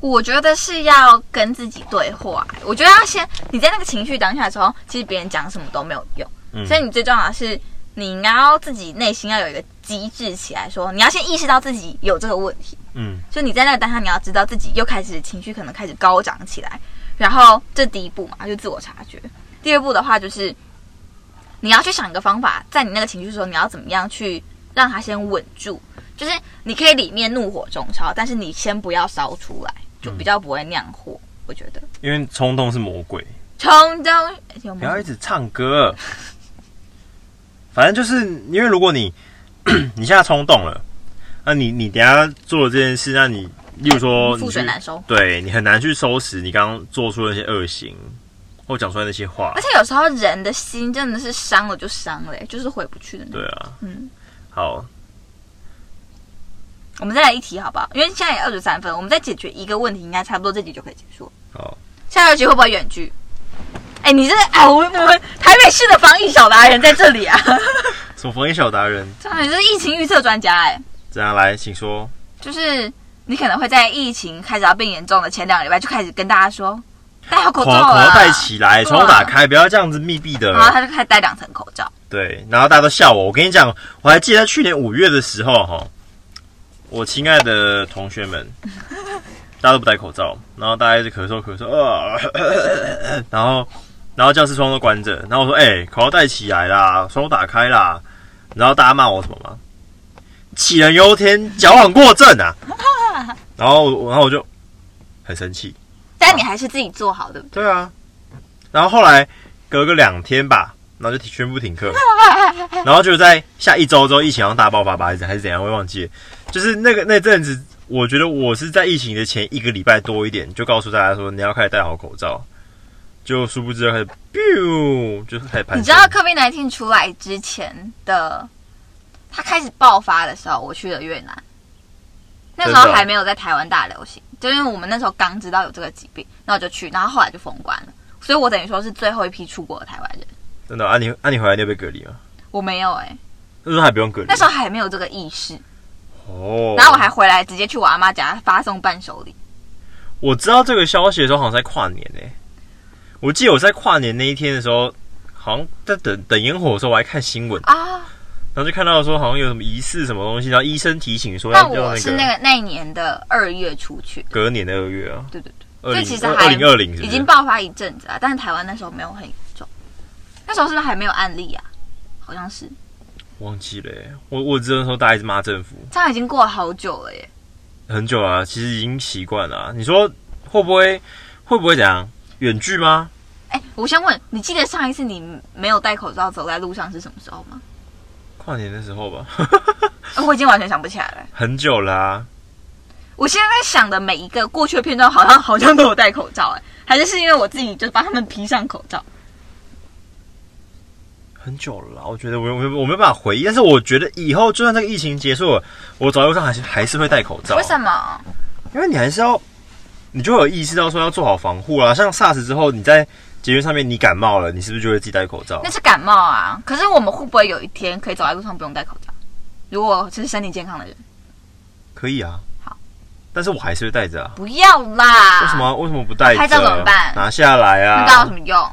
[SPEAKER 1] 我觉得是要跟自己对话，我觉得要先你在那个情绪当下的时候，其实别人讲什么都没有用。
[SPEAKER 2] 嗯，
[SPEAKER 1] 所以你最重要的是，你应该要自己内心要有一个机制起来说，你要先意识到自己有这个问题，
[SPEAKER 2] 嗯，
[SPEAKER 1] 就你在那个当下，你要知道自己又开始情绪可能开始高涨起来，然后这第一步嘛，就自我察觉。第二步的话就是，你要去想一个方法，在你那个情绪的时候，你要怎么样去让它先稳住，就是你可以里面怒火中烧，但是你先不要烧出来，就比较不会酿祸。我觉得
[SPEAKER 2] 因为冲动是魔鬼。
[SPEAKER 1] 冲动有
[SPEAKER 2] 不
[SPEAKER 1] 没有
[SPEAKER 2] 要一？直唱歌。 <laughs> 反正就是因为如果你 <coughs> 你现在冲动了，那你你等一下做了这件事，那你例如说你
[SPEAKER 1] 嗯覆
[SPEAKER 2] 去
[SPEAKER 1] 水难收。
[SPEAKER 2] 对你很难去收拾你刚刚做出的那些恶行或讲出来那些话
[SPEAKER 1] 而。且有时候人的心真的是伤了就伤了、欸就是回不去的那种。
[SPEAKER 2] 对啊，
[SPEAKER 1] 嗯，
[SPEAKER 2] 好，
[SPEAKER 1] 我们再来一题好不好？因为现在也二十三分，我们再解决一个问题，应该差不多这集就可以结束。
[SPEAKER 2] 好，
[SPEAKER 1] 下一集会不会远距？哎、你这哎，我们我们台北市的防疫小达人在这里啊！
[SPEAKER 2] 什么防疫小达人，
[SPEAKER 1] <laughs> 真的，你是疫情预测专家哎、
[SPEAKER 2] 这样来，请说。
[SPEAKER 1] 就是你可能会在疫情开始要变严重的前两个礼拜就开始跟大家说戴好口
[SPEAKER 2] 口
[SPEAKER 1] 罩
[SPEAKER 2] 口
[SPEAKER 1] 啊，
[SPEAKER 2] 罩戴起来，
[SPEAKER 1] 对啊啊
[SPEAKER 2] 窗户打开，不要这样子密闭的
[SPEAKER 1] 然。后他就开始戴两层口罩。
[SPEAKER 2] 对，然后大家都笑我。我跟你讲，我还记得去年五月的时候，哈，我亲爱的同学们，大家都不戴口罩，然后大家一直咳嗽咳嗽，呃， <coughs> 咳咳咳咳然后然后教室窗都关着，然后我说，哎、口罩戴起来啦，窗户打开啦，然后大家骂我什么吗？杞人忧天，矫枉过正啊！然后我然后我就很生气，
[SPEAKER 1] 但你还是自己做好，对不对？
[SPEAKER 2] 对啊，然后后来隔个两天吧，然后就宣布停
[SPEAKER 1] <laughs>
[SPEAKER 2] 课，然后就在下一周之后，疫情好像大爆发吧，还是还是怎样，我也忘记了。就是那个那阵子，我觉得我是在疫情的前一个礼拜多一点，就告诉大家说你要开始戴好口罩，就殊不知就开始 biu，就是开始攀升。
[SPEAKER 1] 你知道 COVID 1 9出来之前的，它开始爆发的时候，我去了越南，那时
[SPEAKER 2] 真
[SPEAKER 1] 候
[SPEAKER 2] 的哦
[SPEAKER 1] 还没有在台湾大流行，就因为我们那时候刚知道有这个疾病，然后我就去，然后后来就封关了，所以我等于说是最后一批出国的台湾人。
[SPEAKER 2] 真的啊你啊你回来你有被隔离吗？
[SPEAKER 1] 我没有哎、
[SPEAKER 2] 那时候还不用隔离
[SPEAKER 1] 那时候还没有这个意识，
[SPEAKER 2] 哦。
[SPEAKER 1] 然后我还回来直接去我阿妈家发送伴手礼，
[SPEAKER 2] 我知道这个消息的时候，好像在跨年呢、我记得我在跨年那一天的时候，好像在等等烟火的时候，我还看新闻，
[SPEAKER 1] 啊！
[SPEAKER 2] 然后就看到说好像有什么疑似什么东西，然后医生提醒说要
[SPEAKER 1] 但
[SPEAKER 2] 要
[SPEAKER 1] 我是那
[SPEAKER 2] 个
[SPEAKER 1] 个那一年的二月出去的，
[SPEAKER 2] 隔年的二月啊，
[SPEAKER 1] 对对对，
[SPEAKER 2] 二
[SPEAKER 1] 这
[SPEAKER 2] 零
[SPEAKER 1] 其实还
[SPEAKER 2] 二零二零
[SPEAKER 1] 已经爆发一阵子啊，但是台湾那时候没有很严重，那时候是不是还没有案例啊？好像是，
[SPEAKER 2] 忘记了欸、我我只能说大家一直骂政府
[SPEAKER 1] 这样已经过了好久了耶。
[SPEAKER 2] 很久了啊，其实已经习惯了啊、你说会不会会不会怎样远距吗？
[SPEAKER 1] 哎，我先问，你记得上一次你没有戴口罩走在路上是什么时候
[SPEAKER 2] <laughs>
[SPEAKER 1] 吗？
[SPEAKER 2] 跨年的时候吧， <laughs>
[SPEAKER 1] 呃我已经完全想不起来了。
[SPEAKER 2] 很久啦、
[SPEAKER 1] 我现在在想的每一个过去的片段，好像好像都有戴口罩，哎，还是是因为我自己就帮他们披上口罩。
[SPEAKER 2] 很久了啦，我觉得我我我没有办法回忆，但是我觉得以后就算这个疫情结束了，我走在路上还是还是会戴口罩。
[SPEAKER 1] 为什么？
[SPEAKER 2] 因为你还是要，你就会有意识到说要做好防护啦。像 SARS 之后，你在捷运上面你感冒了，你是不是就会自己戴口罩
[SPEAKER 1] 那？是感冒啊。可是我们会不会有一天可以走在路上不用戴口罩？如果是身体健康的人，
[SPEAKER 2] 可以啊，
[SPEAKER 1] 好，
[SPEAKER 2] 但是我还是会戴着啊。
[SPEAKER 1] 不要啦。
[SPEAKER 2] 为什？么？为什么不戴着？
[SPEAKER 1] 拍照怎么办
[SPEAKER 2] 拿下来
[SPEAKER 1] 那到底有
[SPEAKER 2] 啊
[SPEAKER 1] 什！么用？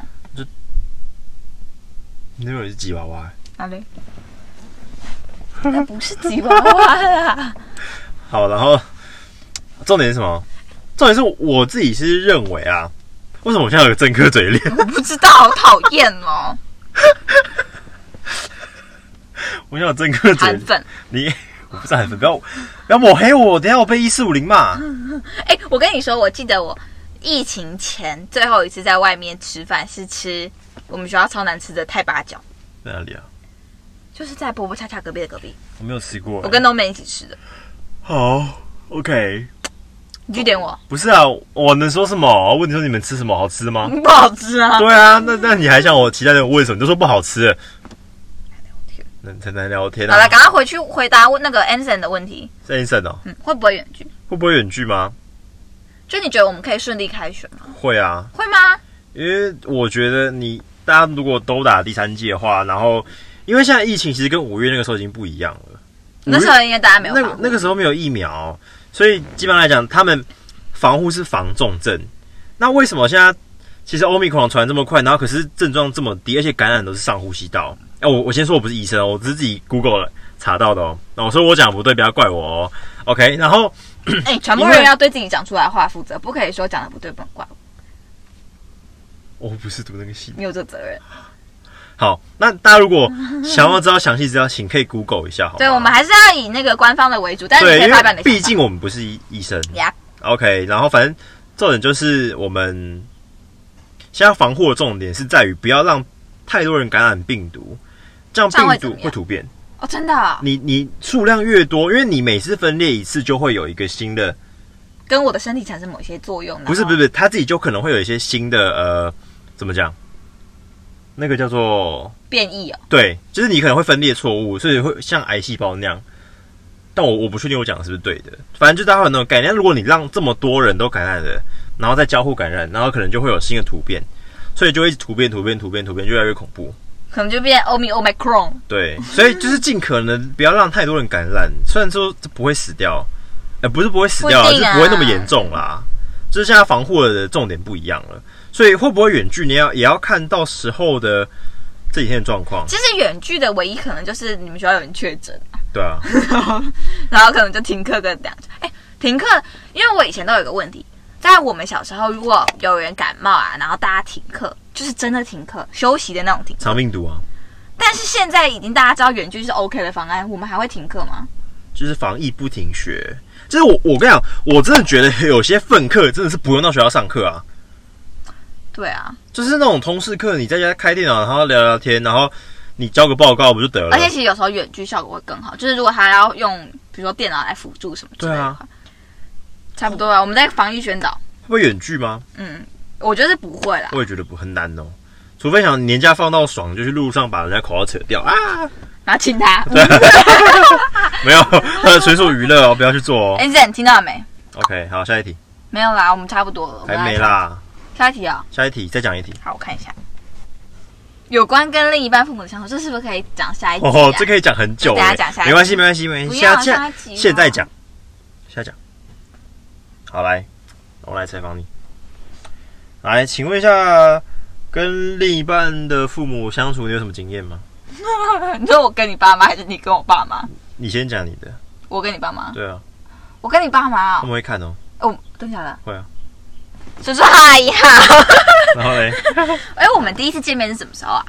[SPEAKER 2] 你那边有一只吉娃娃欸、
[SPEAKER 1] 哪里？那不是吉娃娃啦。
[SPEAKER 2] 好，然后重点是什么？重点是我自己是认为啊，为什么我现在有个政客嘴脸？
[SPEAKER 1] <laughs>
[SPEAKER 2] <laughs>
[SPEAKER 1] 我不知道，好讨厌哦，
[SPEAKER 2] 我现在有政客嘴
[SPEAKER 1] 韩
[SPEAKER 2] 脸，
[SPEAKER 1] 粉。
[SPEAKER 2] 你我不是韩粉，不要不要抹黑我，等一下我被一四五零骂。
[SPEAKER 1] 哎、我跟你说，我记得我疫情前最后一次在外面吃饭是吃我们学校超难吃的太八角，
[SPEAKER 2] 在哪里啊？
[SPEAKER 1] 就是在波波恰恰隔壁的隔壁，
[SPEAKER 2] 我没有吃过欸、
[SPEAKER 1] 我跟东妹一起吃的。
[SPEAKER 2] 好，OK，
[SPEAKER 1] 你去点我，
[SPEAKER 2] 不是啊，我能说什么？问你说你们吃什么好吃吗？
[SPEAKER 1] 不好吃啊！
[SPEAKER 2] 对啊，那那你还想我期待的问什么？你就说不好吃，那才能聊天
[SPEAKER 1] 好了，
[SPEAKER 2] 啊。
[SPEAKER 1] 赶快回去回答问那个 Anson 的问题，
[SPEAKER 2] 在 i n 哦，
[SPEAKER 1] 嗯，会不会远距？
[SPEAKER 2] 会不会远距吗？
[SPEAKER 1] 就你觉得我们可以顺利开学吗？
[SPEAKER 2] 会啊，
[SPEAKER 1] 会吗？
[SPEAKER 2] 因为我觉得你大家如果都打第三季的话，然后因为现在疫情其实跟五月那个时候已经不一样了，
[SPEAKER 1] 那时候应该大家没有
[SPEAKER 2] 那
[SPEAKER 1] 防
[SPEAKER 2] 个
[SPEAKER 1] 护
[SPEAKER 2] 那个时候没有疫苗，所以基本上来讲，他们防护是防重症。那为什么现在其实欧米克戎传染这么快，然后可是症状这么低，而且感染都是上呼吸道？哎、我我先说我不是医生哦，我只是自己 Google 了查到的哦。那我说我讲得不对，不要怪我哦。OK，然后
[SPEAKER 1] 哎、传播
[SPEAKER 2] 因为
[SPEAKER 1] 人要对自己讲出来的话负责，不可以说讲的不对不能怪我，
[SPEAKER 2] 我不是读那个系
[SPEAKER 1] 你有这责任。
[SPEAKER 2] 好，那大家如果想要知道详细资料，请可以 Google 一下好吗。
[SPEAKER 1] 对，我们还是要以那个官方的为主，但是你
[SPEAKER 2] 对，
[SPEAKER 1] 可以
[SPEAKER 2] 因
[SPEAKER 1] 发表你的
[SPEAKER 2] 为毕
[SPEAKER 1] 想法。
[SPEAKER 2] 竟我们不是医医生。
[SPEAKER 1] 呀
[SPEAKER 2] OK，然后反正重点就是我们现在防护的重点是在于不要让太多人感染病毒，这样
[SPEAKER 1] 这样会
[SPEAKER 2] 病
[SPEAKER 1] 怎么
[SPEAKER 2] 毒
[SPEAKER 1] 样
[SPEAKER 2] 会突变。
[SPEAKER 1] 哦，真的啊、
[SPEAKER 2] 你你数量越多，因为你每次分裂一次就会有一个新的，
[SPEAKER 1] 跟我的身体产生某些作用。
[SPEAKER 2] 不是不是不是，它自己就可能会有一些新的呃，怎么讲？那个叫做
[SPEAKER 1] 变异哦，
[SPEAKER 2] 对，就是你可能会分裂错误，所以会像癌细胞那样。但我我不确定我讲的是不是对的，反正就大家会有那种概念。但如果你让这么多人都感染了，然后再交互感染，然后可能就会有新的突变，所以就会一直突变、突变、突变、突变，越来越恐怖。
[SPEAKER 1] 可能就变欧米欧 m 克 c r o n
[SPEAKER 2] 对，所以就是尽可能不要让太多人感染。虽然说这不会死掉，呃，不是不会死掉啊，
[SPEAKER 1] 不一
[SPEAKER 2] 就
[SPEAKER 1] 定啊
[SPEAKER 2] 不会那么严重啦。就是现在防护的重点不一样了，所以会不会远距，你要也要看到时候的这几天的状况。
[SPEAKER 1] 其实远距的唯一可能就是你们学校有人确诊，
[SPEAKER 2] 对啊，
[SPEAKER 1] 然后可能就停课个两周。哎，停课，因为我以前都有一个问题，在我们小时候，如果有人感冒啊，然后大家停课，就是真的停课休息的那种停。
[SPEAKER 2] 长病毒啊。
[SPEAKER 1] 但是现在已经大家知道远距是 OK 的方案，我们还会停课吗？
[SPEAKER 2] 就是防疫不停学。就是我我跟你讲，我真的觉得 <laughs> 有些分课真的是不用到学校上课啊，
[SPEAKER 1] 对啊，
[SPEAKER 2] 就是那种通识课，你在家开电脑，然后聊聊天，然后你交个报告不就得了
[SPEAKER 1] 而？且其实有时候远距效果会更好，就是如果他要用比如说电脑来辅助什么之类
[SPEAKER 2] 啊
[SPEAKER 1] 的话，差不多啊。我们在防疫宣导，
[SPEAKER 2] 会远距吗？
[SPEAKER 1] 嗯，我觉得是不会啦。
[SPEAKER 2] 我也觉得不很难哦。除非想年假放到爽，就去路上把人家口罩扯掉啊！
[SPEAKER 1] 然后亲
[SPEAKER 2] <laughs>
[SPEAKER 1] 他，
[SPEAKER 2] 没有， <laughs> 呃，纯属娱乐哦，不要去做哦。
[SPEAKER 1] 哎、你听到了没？
[SPEAKER 2] OK，好，下一题
[SPEAKER 1] 没有啦，我们差不多了。我们
[SPEAKER 2] 还没
[SPEAKER 1] 来看。
[SPEAKER 2] 啦，
[SPEAKER 1] 下一题啊、
[SPEAKER 2] 下一题再讲一题。
[SPEAKER 1] 好，我看一下。有关跟另一半父母的相处，这是不是可以讲下一集、啊？
[SPEAKER 2] 哦，这可以讲很久
[SPEAKER 1] 等一下
[SPEAKER 2] 欸
[SPEAKER 1] 啊讲下一题
[SPEAKER 2] 没关系，没关系，没关
[SPEAKER 1] 不
[SPEAKER 2] 系。
[SPEAKER 1] 要
[SPEAKER 2] 现
[SPEAKER 1] 啊
[SPEAKER 2] 在
[SPEAKER 1] 下一集
[SPEAKER 2] 现
[SPEAKER 1] 啊
[SPEAKER 2] 在现在讲，现在讲。好，来，我来采访你。来，请问一下，跟另一半的父母相处，你有什么经验吗？
[SPEAKER 1] <laughs> 你说我跟你爸妈，还是你跟我爸妈？
[SPEAKER 2] 你先讲你的。
[SPEAKER 1] 我跟你爸妈，
[SPEAKER 2] 对啊，
[SPEAKER 1] 我跟你爸妈
[SPEAKER 2] 他
[SPEAKER 1] 哦。
[SPEAKER 2] 们会
[SPEAKER 1] <laughs>
[SPEAKER 2] 看哦。
[SPEAKER 1] 哦，真的假的？
[SPEAKER 2] 会啊。
[SPEAKER 1] 叔叔阿姨好。
[SPEAKER 2] 然后嘞，
[SPEAKER 1] <laughs> 哎、我们第一次见面是什么时候啊？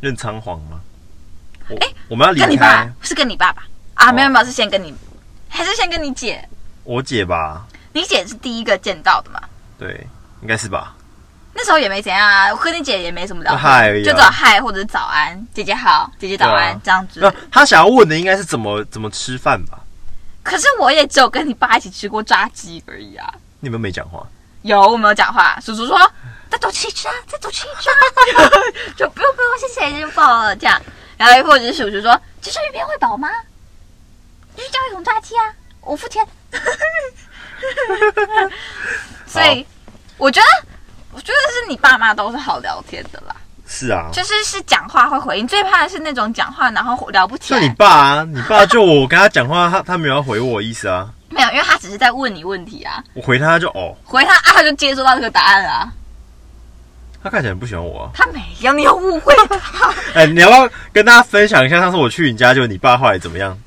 [SPEAKER 2] 认仓皇吗？我
[SPEAKER 1] 哎
[SPEAKER 2] 我们要
[SPEAKER 1] 跟
[SPEAKER 2] 离
[SPEAKER 1] 你爸
[SPEAKER 2] 开
[SPEAKER 1] 是跟你爸爸啊？
[SPEAKER 2] 哦
[SPEAKER 1] 没有没有，是先跟你，还是先跟你姐？
[SPEAKER 2] 我姐吧？
[SPEAKER 1] 你姐是第一个见到的嘛？
[SPEAKER 2] 对，应该是吧？
[SPEAKER 1] 那时候也没怎样啊，我和你姐也没什么聊
[SPEAKER 2] 就嗨而
[SPEAKER 1] 天，
[SPEAKER 2] 已啊
[SPEAKER 1] 就只有嗨或者早安，姐姐好，姐姐早安、
[SPEAKER 2] 对啊
[SPEAKER 1] 这样子
[SPEAKER 2] 那。他想要问的应该是怎么怎么吃饭吧？
[SPEAKER 1] 可是我也只有跟你爸一起吃过炸鸡而已啊。
[SPEAKER 2] 你们没讲话。
[SPEAKER 1] 有，我没有讲话。叔叔说：“再多吃一只啊，再多吃一只啊，就不用不用，谢谢就饱了这样。然后或者是叔叔说，这生鱼片会饱吗？你去叫一桶炸鸡啊，我付钱。 <laughs> 所以我觉得，我觉得是你爸妈都是好聊天的啦，
[SPEAKER 2] 是啊，
[SPEAKER 1] 就是是讲话会回应，最怕的是那种讲话然后聊不起
[SPEAKER 2] 就你
[SPEAKER 1] 来。
[SPEAKER 2] 爸啊，你爸就我跟他讲话，他他没有要回我的意思啊，
[SPEAKER 1] 没有，因为他只是在问你问题啊，
[SPEAKER 2] 我回他就哦，
[SPEAKER 1] 回他啊，他就接收到这个答案啊。
[SPEAKER 2] 他看起来很不喜欢我啊。
[SPEAKER 1] 他没有，你有误会他。
[SPEAKER 2] 哎、你要不要跟大家分享一下上次我去你家，就你爸后来怎么样？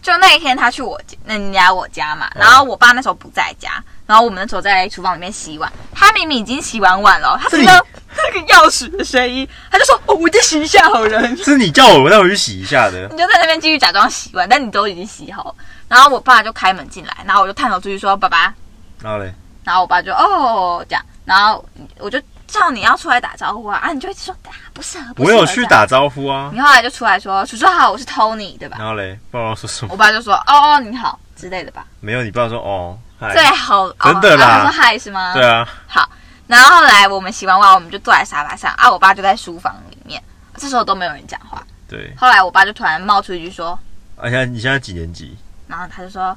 [SPEAKER 1] 就那一天他去我家，那你来我家嘛，
[SPEAKER 2] 嗯
[SPEAKER 1] 然后我爸那时候不在家，然后我们那时候在厨房里面洗碗，他明明已经洗完碗了，他
[SPEAKER 2] 是
[SPEAKER 1] 听
[SPEAKER 2] 你
[SPEAKER 1] 到那个钥匙的声音，他就说：“哦，我再洗一下好
[SPEAKER 2] <laughs>
[SPEAKER 1] 了。”
[SPEAKER 2] 是你叫我带我去洗一下的，
[SPEAKER 1] 你就在那边继续假装洗碗，但你都已经洗好了。然后我爸就开门进来，然后我就探头出去说：“爸爸。
[SPEAKER 2] 然后嘞，”
[SPEAKER 1] 然后我爸就哦这样，然后我就叫你要出来打招呼啊，啊你就一直说啊不适合，不
[SPEAKER 2] 我
[SPEAKER 1] 适合
[SPEAKER 2] 有去。打招呼啊
[SPEAKER 1] 这样，你后来就出来说：“叔叔好，我是 Tony，对吧
[SPEAKER 2] 然后嘞，不知道说什？”么，
[SPEAKER 1] 我爸就说：“哦哦，你好之类的吧。”
[SPEAKER 2] 没有，你爸说哦，嗨
[SPEAKER 1] 最好
[SPEAKER 2] 真的啦
[SPEAKER 1] 哦、啊他说嗨是吗？
[SPEAKER 2] 对。啊，
[SPEAKER 1] 然后后来我们洗完碗，我们就坐在沙发上啊，我爸就在书房里面，这时候都没有人讲话。
[SPEAKER 2] 对，
[SPEAKER 1] 后来我爸就突然冒出一句说，
[SPEAKER 2] 而且你现在几年级？
[SPEAKER 1] 然后他就说：“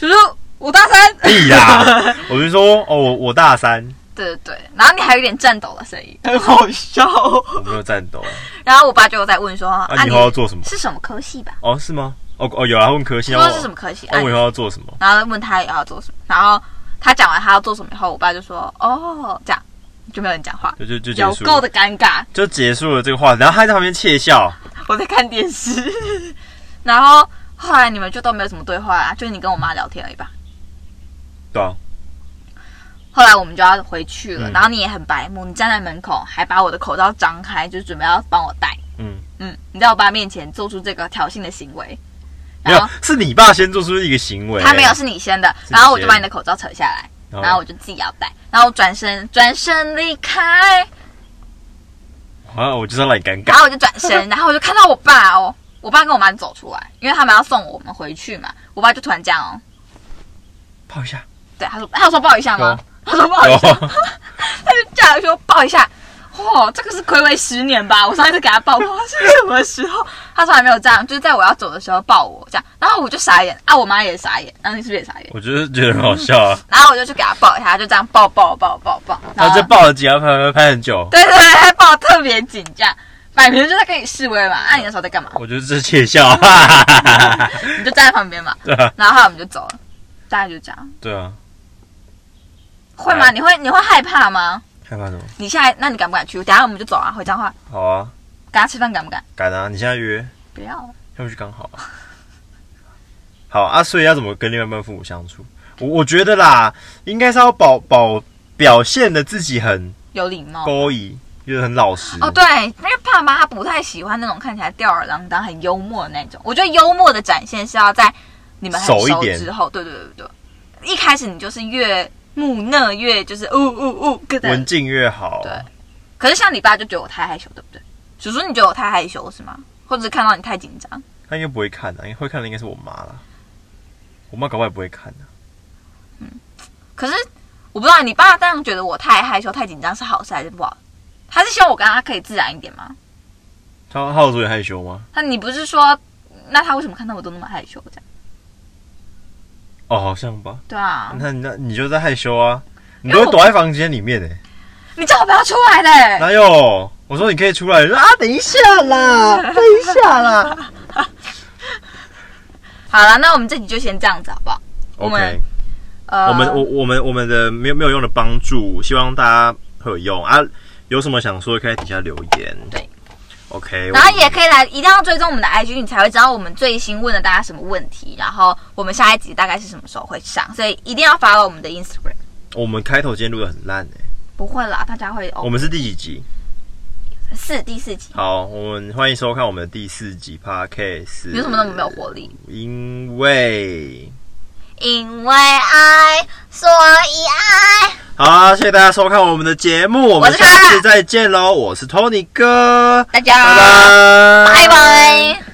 [SPEAKER 1] 叔叔，我大三。”
[SPEAKER 2] 屁啦！我就说哦，我我大三，
[SPEAKER 1] <laughs> 对对对，然后你还有点颤抖的声
[SPEAKER 2] <laughs>
[SPEAKER 1] 音，很好笑。
[SPEAKER 2] 我没有战斗
[SPEAKER 1] 然后我爸就在问说：“
[SPEAKER 2] 啊，你以后要做什么？
[SPEAKER 1] 是什么科系吧？
[SPEAKER 2] 哦，是吗？哦哦，有啊，问科系，
[SPEAKER 1] 说是什么科系？”
[SPEAKER 2] 那
[SPEAKER 1] 啊
[SPEAKER 2] 哦我，以后要做什么？
[SPEAKER 1] 然后问他也要做什么，然后他讲完他要做什么以后，我爸就说：“哦，这样就没有人讲话，
[SPEAKER 2] 就就就
[SPEAKER 1] 有
[SPEAKER 2] 结束
[SPEAKER 1] 够
[SPEAKER 2] 了，
[SPEAKER 1] 的尴尬。”
[SPEAKER 2] 就结束了这个话题，然后他还在旁边窃笑，
[SPEAKER 1] 我在看电视， <laughs> 然后后来你们就都没有什么对话啦，就你跟我妈聊天而已吧。
[SPEAKER 2] 对啊，
[SPEAKER 1] 后来我们就要回去了，
[SPEAKER 2] 嗯
[SPEAKER 1] 然后你也很白目，你站在门口还把我的口罩张开，就是准备要帮我戴。
[SPEAKER 2] 嗯，
[SPEAKER 1] 嗯，你在我爸面前做出这个挑衅的行为，
[SPEAKER 2] 没
[SPEAKER 1] 然
[SPEAKER 2] 有
[SPEAKER 1] 后，
[SPEAKER 2] 是你爸先做出一个行为，
[SPEAKER 1] 他没有，是你先的，
[SPEAKER 2] 是你
[SPEAKER 1] 然后我就
[SPEAKER 2] 先哦
[SPEAKER 1] 把你的口罩扯下来，
[SPEAKER 2] 然
[SPEAKER 1] 然后
[SPEAKER 2] 后
[SPEAKER 1] 我就自己要戴，然后我转身转身离开，
[SPEAKER 2] 啊，我就是要让你尴
[SPEAKER 1] 然
[SPEAKER 2] 尬，
[SPEAKER 1] 后我就转身，然后我就看到我爸哦，我爸跟我妈走出来，因为他们要送我们回去嘛，我爸就突然这样哦，
[SPEAKER 2] 抱一下，
[SPEAKER 1] 对，他说他有说抱一下吗
[SPEAKER 2] 有？
[SPEAKER 1] 他说抱一下，
[SPEAKER 2] 哦，
[SPEAKER 1] 他就叫来说抱一下。哇，这个是暌违十年吧？我上一次给他抱，不知道是什么时候，他从来没有这样，就是在我要走的时候抱我这样，然后我就傻眼啊，我妈也傻眼，然后你是不是也傻眼？
[SPEAKER 2] <laughs> 我就是觉得很好笑啊，
[SPEAKER 1] 然后我就去给他抱一下，他就这样抱抱抱抱抱，然
[SPEAKER 2] 然
[SPEAKER 1] 后
[SPEAKER 2] 后就抱了几下，拍拍拍很久，
[SPEAKER 1] 对对对，他抱得特别紧这样，摆明就是在跟你示威嘛，啊，你那时候在干嘛？
[SPEAKER 2] 我就是窃笑，哈
[SPEAKER 1] 嗯
[SPEAKER 2] 哈哈哈哈
[SPEAKER 1] 你就站在旁边嘛，
[SPEAKER 2] <laughs> 对啊，
[SPEAKER 1] 然后后来我们就走了，大概就这样，
[SPEAKER 2] 对啊，
[SPEAKER 1] 会吗？
[SPEAKER 2] 哎
[SPEAKER 1] 你会你会害怕吗？
[SPEAKER 2] 害怕什么？
[SPEAKER 1] 你现在那你敢不敢去？等一下我们就走啊，回彰化，
[SPEAKER 2] 好啊，
[SPEAKER 1] 跟他吃饭敢不敢？
[SPEAKER 2] 敢啊，你现在约，
[SPEAKER 1] 不要。
[SPEAKER 2] 要不去刚好啊。好啊，所以要怎么跟另外一半父母相处？我我觉得啦，应该是要保保表现的自己很
[SPEAKER 1] 有礼貌。
[SPEAKER 2] 勾引，就是很老实。
[SPEAKER 1] 哦，对，因为爸妈他不太喜欢那种看起来吊儿郎当、很幽默的那种。我觉得幽默的展现是要在你们很
[SPEAKER 2] 熟一
[SPEAKER 1] 熟
[SPEAKER 2] 点
[SPEAKER 1] 之后，对对对对，一开始你就是越木讷越就是呃呜呜呜各
[SPEAKER 2] 文
[SPEAKER 1] 种。
[SPEAKER 2] 静越好。
[SPEAKER 1] 对可是像你爸就觉得我太害羞，对不对？叔叔，你觉得我太害羞是吗？或者是看到你太紧张？
[SPEAKER 2] 他应该不会看的、因为会看的应该是我妈啦。我妈搞不好也不会看的、
[SPEAKER 1] 可是我不知道你爸这样觉得我太害羞、太紧张是好事还是不好？他是希望我跟他可以自然一点吗？
[SPEAKER 2] 他他有说你害羞吗？
[SPEAKER 1] 那你不是说，那他为什么看到我都那么害羞这样？
[SPEAKER 2] 哦，好像吧。
[SPEAKER 1] 对啊，
[SPEAKER 2] 那那你就在害羞啊，你
[SPEAKER 1] 因为
[SPEAKER 2] 都
[SPEAKER 1] 我
[SPEAKER 2] 躲在房间里面呢、欸
[SPEAKER 1] 你叫我不要出来嘞！
[SPEAKER 2] 哪有？我说你可以出来，你说啊，等一下
[SPEAKER 1] <laughs>
[SPEAKER 2] 啦，等一下啦。
[SPEAKER 1] 好了，那我们这集就先这样子好不好？我
[SPEAKER 2] OK，
[SPEAKER 1] 们呃
[SPEAKER 2] 我们我我们我们的没有没有用的帮助，希望大家会有用啊。有什么想说，的可以在底下留言。
[SPEAKER 1] 对
[SPEAKER 2] ，OK 我。
[SPEAKER 1] 然后也可以来，一定要追踪我们的 IG，你才会知道我们最新问了大家什么问题，然后我们下一集大概是什么时候会上，所以一定要 follow 我们的 Instagram。
[SPEAKER 2] 我们开头今天录的很烂哎、
[SPEAKER 1] 不会啦，大家会
[SPEAKER 2] 我
[SPEAKER 1] 哦，
[SPEAKER 2] 们是第几集？
[SPEAKER 1] 四第四集，
[SPEAKER 2] 好，我们欢迎收看我们的第四集 Podcast。
[SPEAKER 1] 你为什么那么没有活力？
[SPEAKER 2] 因为
[SPEAKER 1] 因为爱，所以爱。
[SPEAKER 2] 好啊，谢谢大家收看我们的节目，我们
[SPEAKER 1] 我是
[SPEAKER 2] 下
[SPEAKER 1] 卡
[SPEAKER 2] 次再见喽！我是 Tony 哥，
[SPEAKER 1] 大家
[SPEAKER 2] 拜拜，
[SPEAKER 1] 拜拜。